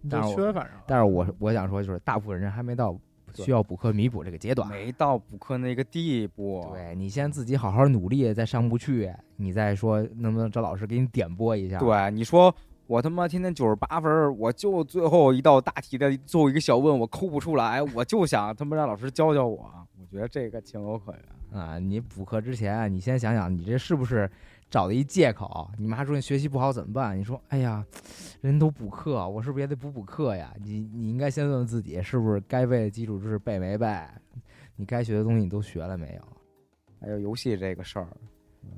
Speaker 2: 你就
Speaker 6: 但是我
Speaker 2: 缺，反正
Speaker 6: 但是我我想说，就是大部分人还没到
Speaker 7: 对
Speaker 6: 需要补课弥补这个阶段。
Speaker 7: 没到补课那个地步，
Speaker 6: 对你先自己好好努力，再上不去，你再说能不能找老师给你点拨一下？
Speaker 7: 对，你说我他妈天天九十八分儿，我就最后一道大题的最后一个小问我抠不出来，我就想他妈让老师教教我。我觉得这个情有可原。
Speaker 6: 啊，你补课之前，你先想想，你这是不是找的一借口？你妈说你学习不好怎么办？你说，哎呀，人都补课，我是不是也得补补课呀？你你应该先问问自己，是不是该背的基础知识背没背？你该学的东西你都学了没有？
Speaker 7: 还有游戏这个事儿，嗯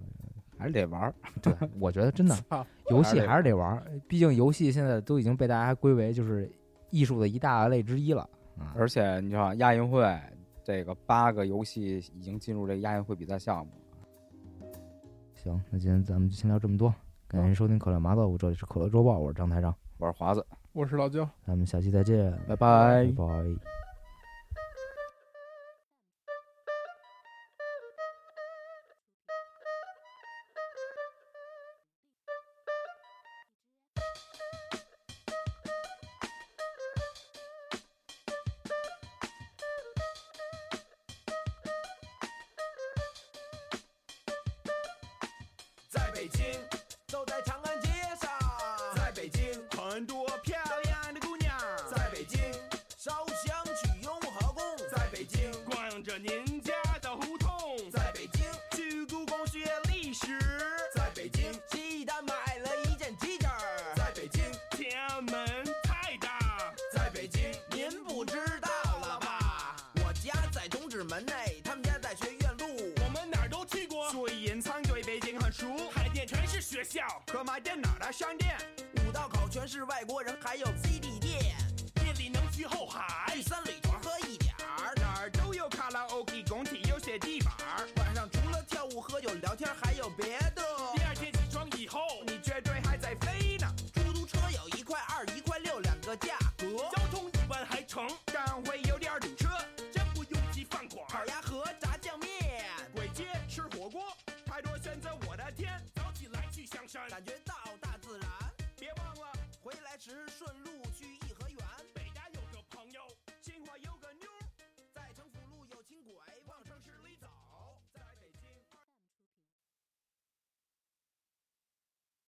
Speaker 7: 还是得玩儿。
Speaker 6: 对，我觉得真 的
Speaker 2: 操
Speaker 6: 游戏还是得玩儿，毕竟游戏现在都已经被大家归为就是艺术的一大类之一了。啊，
Speaker 7: 而且你知道亚运会这个八个游戏已经进入这个亚运会比赛项目。
Speaker 6: 行，那今天咱们就先聊这么多，感谢您收听《可乐麻豆腐》，这里是可乐周报，我是张台长，
Speaker 7: 我是华子，
Speaker 2: 我是老焦。
Speaker 6: 咱们下期再见，
Speaker 7: 拜拜
Speaker 6: 拜拜
Speaker 8: 在北京，走在长安街上，在北京，很多漂亮的姑娘，在北京，烧香去雍和宫，在北京，逛着您家的胡同，在北京，去故宫学历史，在北京，西单买了一件 T 恤，在北京，天安门太大，在北京，您不知道了吧？我家在东直门内，他们家在学院路，我们哪儿都去过，所以隐藏对北京很熟。海淀全是学校，可买电脑的商店，五道口全是外国人，还有 CD 店。夜里能去后海，去三里屯喝一点儿，哪儿都有卡拉 OK，工体有些地板儿。晚上除了跳舞、喝酒、聊天，还有别的。第二天起床以后，你绝对还在飞呢。出租车有一块二、一块六两个价格，交通一般还成，但会有点堵车。真不拥挤饭馆，烤鸭和炸酱面，簋街吃火锅，太多选择，我的天！早起来去香山，感觉到大自然。别忘了回来时顺路。